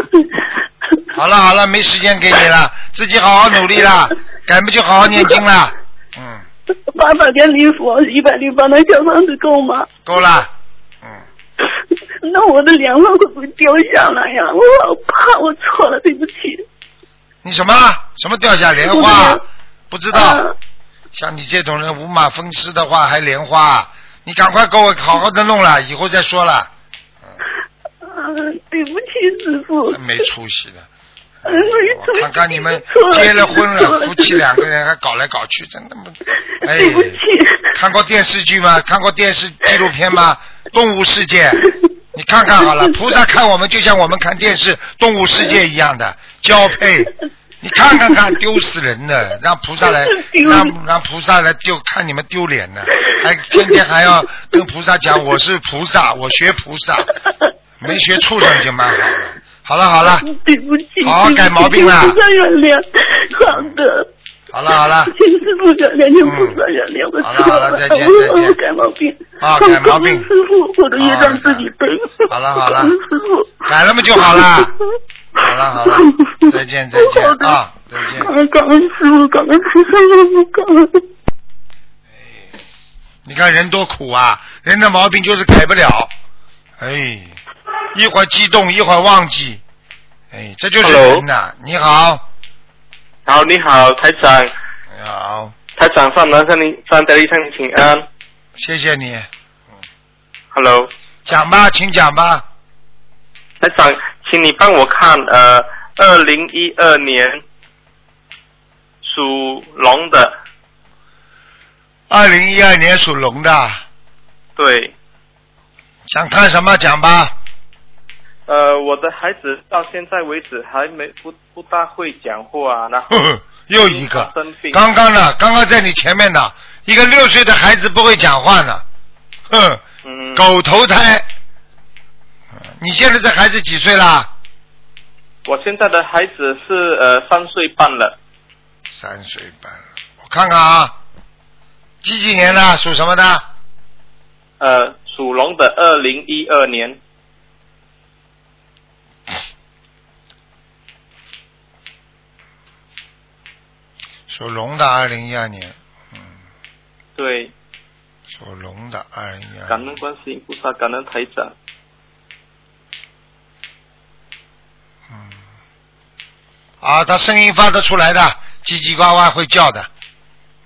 好了好了，没时间给你了，自己好好努力 啦，改不就好好念经啦，嗯，
八百件礼服，一百零八那小房子够吗？
够啦，嗯，
那我的两万会不会掉下来呀？我好怕，我错了，对不起。
你什么什么掉下莲
我
花
的？
不知道
嗯，
像你这种人五马分尸的话还莲花，你赶快给我好好的弄了，以后再说了。
啊
嗯，对不起，师 傅。
真没出息 的。
嗯没出
我
息
看看你们
错了
结了婚
错
了，
了
夫妻两个人还搞来搞去，真的不。哎，
对不起。
看过电视剧吗？看过电视纪录片吗？《动物世界》， 你看 看好了，菩萨看我们就像我们看电视《动物世界》一样的交配，你看看看，丢死人的，让菩萨来，
丢
让让菩萨来丢，看你们丢脸呢，还天天还要跟菩萨讲我是菩萨，我学菩 萨，没学畜生就蛮好了。好了好了，
对不起，对
好
不起
改毛病了
请菩萨原谅，好的，
好了好了，
请师傅原谅，请菩萨原谅，我
好了
错
啊嗯好了再见
我
再见
我改毛病，
啊改毛病啊
我师傅，我的业障自己背，
好了好了
我师傅，
改了嘛就好了。好了 好了，再见再 见
好的
啊，再见。
感恩感恩师傅，感恩菩萨，感恩。
你看人多苦啊，人的毛病就是改不了，哎，一会儿激动，一会儿忘记，哎，这就是
Hello
人呐、你好，
好，你好，台长，
你好，
台长上南向您上德利向您请安。
谢谢你，
Hello，
讲吧，请讲吧。
台长，请你帮我看呃，二零一二年属龙的，
二零一二年属龙的，
对，
想看什么讲吧。
呃，我的孩子到现在为止还没不不大会讲话，然后
呵呵，又一个
生病，
刚刚呢，刚刚在你前面呢，一个六岁的孩子不会讲话呢，哼，
嗯，
狗头胎。你现在这孩子几岁啦？
我现在的孩子是呃三岁半了，
三岁半了，我看看啊，几几年的，属什么的？
呃，属龙的，二零一二年，
属龙的，二零一二年，
对，
属龙的，二零一二。
感恩观世音菩萨，感恩台长。
啊，他声音发得出来的，叽叽呱呱会叫的。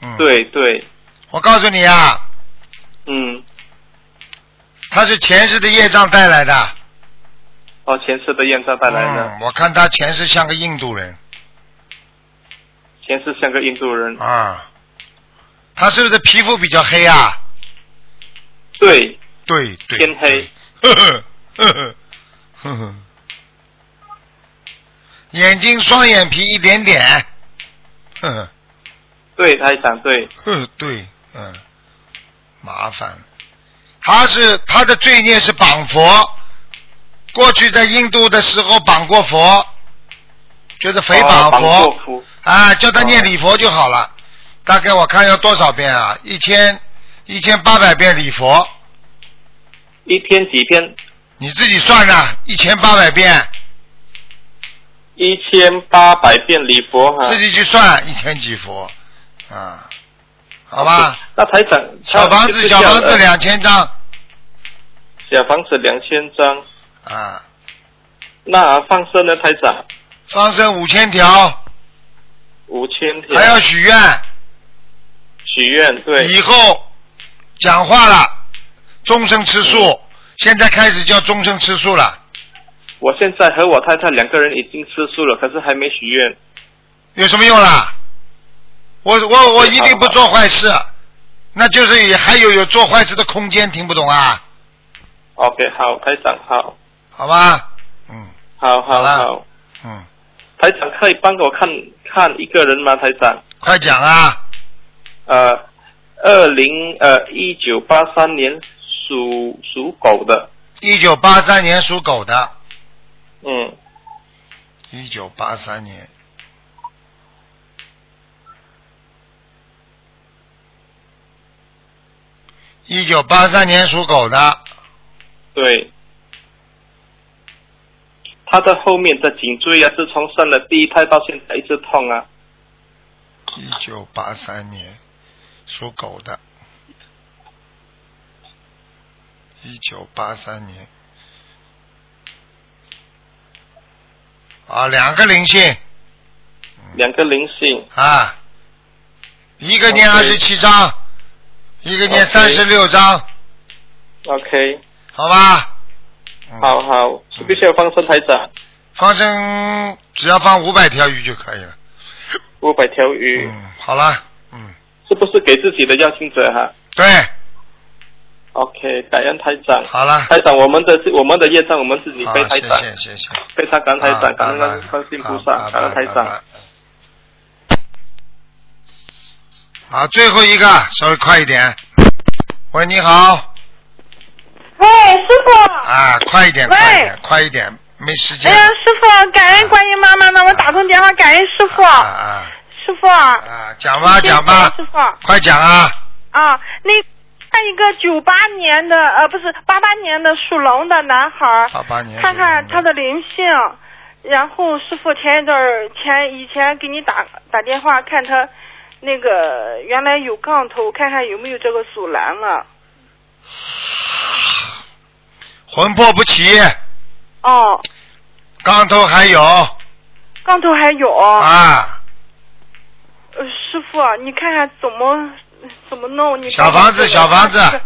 嗯，，
对对，
我告诉你啊，
嗯，
他是前世的业障带来的。
哦，前世的验证带来的，
嗯，我看他前世像个印度人
前世像个印度人，
啊，他是不是皮肤比较黑啊？
对，
对对。
偏黑。
呵呵呵呵呵呵。 眼睛双眼皮一点点。 呵呵
对，台长对，
呵，对，嗯，麻烦了。他是他的罪孽是绑佛，过去在印度的时候绑过佛，就是诽
哦
谤
绑
佛。
过哦佛，
啊，叫他念礼佛就好了。大概我看要多少遍啊？一千一千八百遍礼佛，
一天几天？
你自己算呐，一千八百遍，
一千八百遍礼佛哈，
自己去算一千几佛，啊，好吧。
那台长，啊他
小房
就
子
是
小
叫
房子
呃
两千张
小房子两千张，
啊，
那放生呢，台长
放生五千条，
五千条，
还要许愿。
许愿对，
以后讲话了，终身吃
嗯
素，现在开始叫终身吃素了，
我现在和我太太两个人已经吃素了，可是还没许愿，
有什么用啦？我我我
非
一
常
定不
好
做坏事，那就是也还有有做坏事的空间，听不懂啊？
OK，好，台长好，
好吧，嗯好
好好
啦
好，
嗯，
台长可以帮我看看一个人吗？台长，
快讲啊！
呃，二零呃一九八三年属属狗的，
一九八三年属狗的，
嗯，
一九八三年。一九八三年属狗的，
对，他的后面的颈椎啊，自从生了第一胎到现在一直痛啊，
一九八三年，属狗的。一九八三年，啊，两个灵性嗯
两个灵性，
啊，一个念二
OK
十七章，一个念
OK
三十六章
OK，
好吧？嗯
好好，需不需要放生台长？
放生只要放五百条鱼就可以了。
五百条鱼，
嗯，好了，嗯，
是不是给自己的邀请者哈、
对，
OK，感恩台长。
好了，
台长，我们的我们的业障我们自己
好
背，台
谢
长，
谢谢谢，
非常感恩台
啊
长，感
拜拜
恩观世音菩
啊
萨，
拜
感恩
拜
台
拜
长。
拜好，最后一个，稍微快一点。喂，你好，
喂，师傅。
啊，快一点，
喂
快一点，快一点，没时
哎
间。
呀，师傅，感恩观音妈妈呢，我打通电话感恩师傅，
啊
师傅。啊，
啊，讲吧，讲吧，
师傅。啊，
快讲啊！
那看一个九八年的，呃，不是八八年的属龙的男孩儿，
好吧，你
看看他的灵性。然后师傅前一段儿前以前给你打打电话，看他那个原来有杠头，看看有没有这个阻拦了。
魂魄不齐，
哦，
刚头还有
杠头还有。
啊，
呃，师傅，你看看怎么怎么弄？你
小房子，小房子
这个，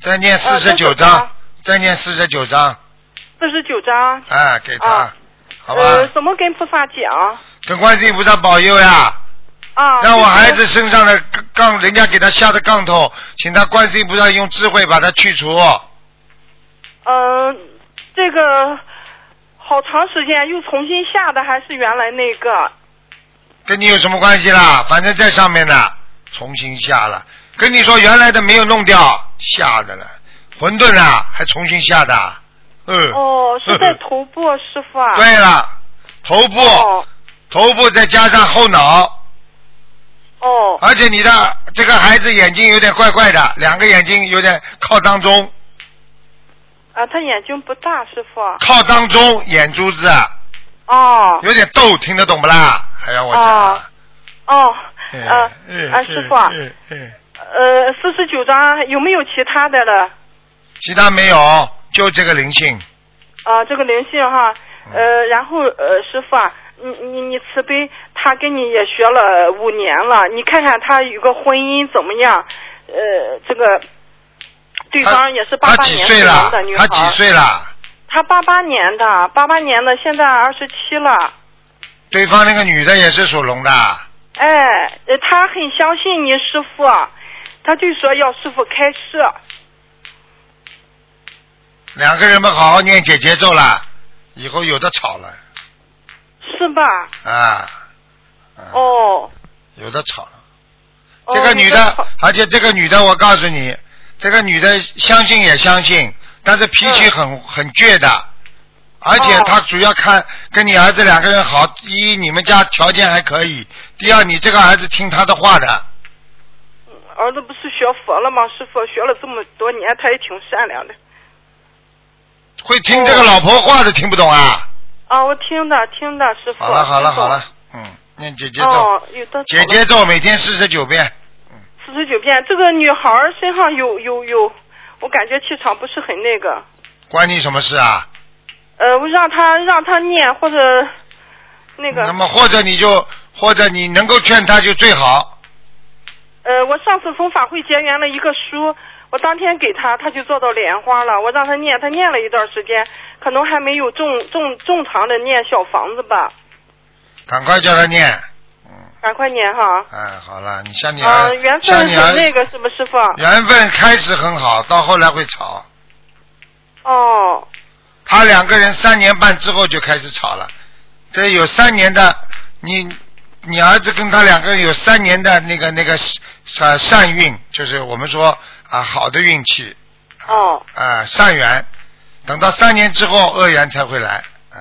再念四十九
呃
章，再念四十九章，
四十九章，
哎，给他
啊，
好
呃，
吧？
怎么跟菩萨讲？
跟观世音菩萨保佑呀！
啊，
让我
就是
孩子身上的杠杠，人家给他下的杠头，请他观世音菩萨用智慧把它去除。
嗯、这个好长时间又重新下的，还是原来那个？
跟你有什么关系啦？反正在上面呢，重新下了。跟你说，原来的没有弄掉，下的了，混沌啊，还重新下的。嗯。
哦，是在头部，师傅啊。
对了，头部，
哦
头部再加上后脑，
哦
而且你的这个孩子眼睛有点怪怪的，两个眼睛有点靠当中，
啊，他眼睛不大，师傅。啊
靠当中眼珠子啊
哦
有点斗，听得懂不啦？还要我讲
哦
啊？
哦，
嗯
呃
嗯
啊，
嗯
师傅啊，
嗯嗯，
呃，四十九章有没有其他的了？
其他没有，就这个灵性。嗯
啊，这个灵性哈，呃，然后呃，师傅啊，你你你慈悲，他跟你也学了五年了，你看看他有个婚姻怎么样？呃，这个对方也是八
他
八
几
年
岁了
生的女？孩
他，几岁了？
他八八年的，啊八八年的，现在二十七了。
对方那个女的也是属龙的，
哎，呃他很相信你师傅，啊他就说要师傅开示。
两个人们好好念姐姐咒了，以后有的吵了
是吧？
啊，
哦，
有的吵了。
哦
这个女
有的吵
的，而且这个女的，我告诉你，这个女的相信也相信，但是脾
嗯
气很、很倔的，而且
哦
她主要看跟你儿子两个人好，一你们家条件还可以，第二你这个儿子听她的话的，
儿子不是学佛了吗？师傅学了这么多年，他也挺善良的。
会听这个老婆话的，听不懂啊？
啊，我听的听的，师傅。
好了好了
听懂
好了，嗯，念姐姐咒
哦，，有的
姐姐咒每天四十九遍。
四十九遍，这个女孩儿身上有有有，我感觉气场不是很那个。
关你什么事啊？
呃，我让她让她念或者那个
那么或者你就或者你能够劝他就最好。
呃，我上次从法会结缘了一个书，我当天给她，她就做到莲花了。我让她念，她念了一段时间，可能还没有正正正常的念小房子吧，
赶快叫他念。嗯
赶快念哈。
哎，好了，你像你
啊、
儿，
缘分
像你儿
是那个是不是师傅？啊
缘分开始很好，到后来会吵。
哦
他两个人三年半之后就开始吵了，这有三年的你。你儿子跟他两个人有三年的那个那个呃善运，就是我们说啊好的运气
哦，
啊善缘，等到三年之后恶缘才会来，嗯、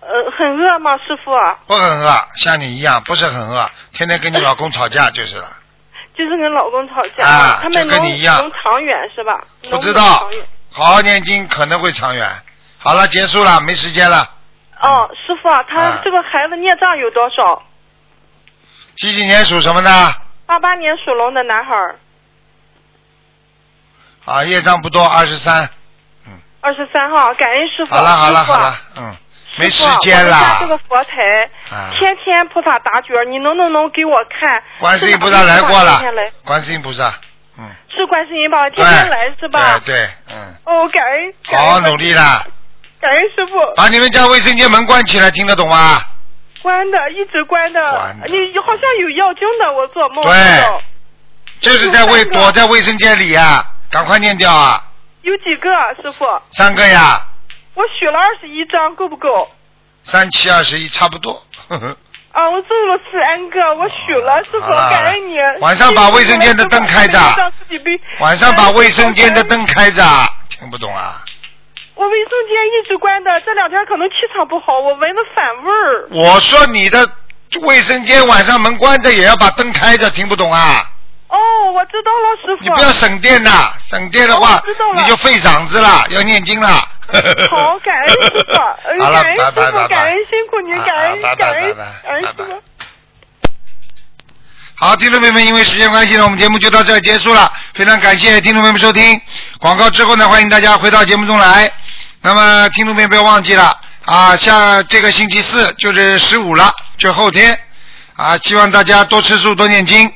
呃，很饿吗，师傅？啊
不很饿，像你一样不是很饿，天天跟你老公吵架就是了。
就是跟老公吵架，
啊
他们
就
能
跟你一样
能长远是吧？能
不知道嗯
长远
好好念经可能会长远。好了，结束了，没时间了。
哦，师傅啊，他
啊
这个孩子孽障有多少？
几几年属什么呢？
八八年属龙的男孩儿，
啊，业障不多，二十三。
二十三号，感恩师傅。
好了，好了，
师傅
好
啊
了，嗯，没时
师傅啊
间
我们家这
了。
个佛台
啊，
天天菩萨打卷儿，你能不能给我看？
观世音菩萨
是哪
来
个
过了
天天来，
观世音菩萨，嗯，
是观世音吧？
对
天天来是吧
对？对，嗯，
哦，感恩，感
好好
恩
努力啦，
感恩师傅。
把你们家卫生间门关起来，听得懂吗？
关的，一直关的。哎
关的
你好像有药精的，我做梦
对
梦到
就是在卫
有三个
躲在卫生间里啊，赶快念掉啊，
有几个师傅？
三个呀，
我许了二十一张，够不够？
三七二十一，差不多。呵呵。
啊，我做了慈恩哥，我许了，师傅，
好了
感恩你。
晚上把卫生间的灯开着
让自己被
晚上把卫生间的灯开着， 听不懂啊？
我卫生间一直关的，这两天可能气场不好，我闻着反味儿。
我说你的卫生间晚上门关着也要把灯开着，听不懂啊？
哦，我知道了，师傅。
你不要省电呐，省电的话
哦我知道了
你就费嗓子了，要念经了。
好，感恩师傅，呃
好了
感恩
拜拜
师
拜拜
傅，感恩辛苦您，
啊
感恩
啊拜拜
感恩
拜拜
感恩师
拜
傅。
好，听众朋友们，因为时间关系呢，我们节目就到这儿结束了。非常感谢听众朋友们收听广告之后呢，欢迎大家回到节目中来。那么，听众朋友不要忘记了啊，下这个星期四就是十五了，就后天啊，希望大家多吃素，多念经。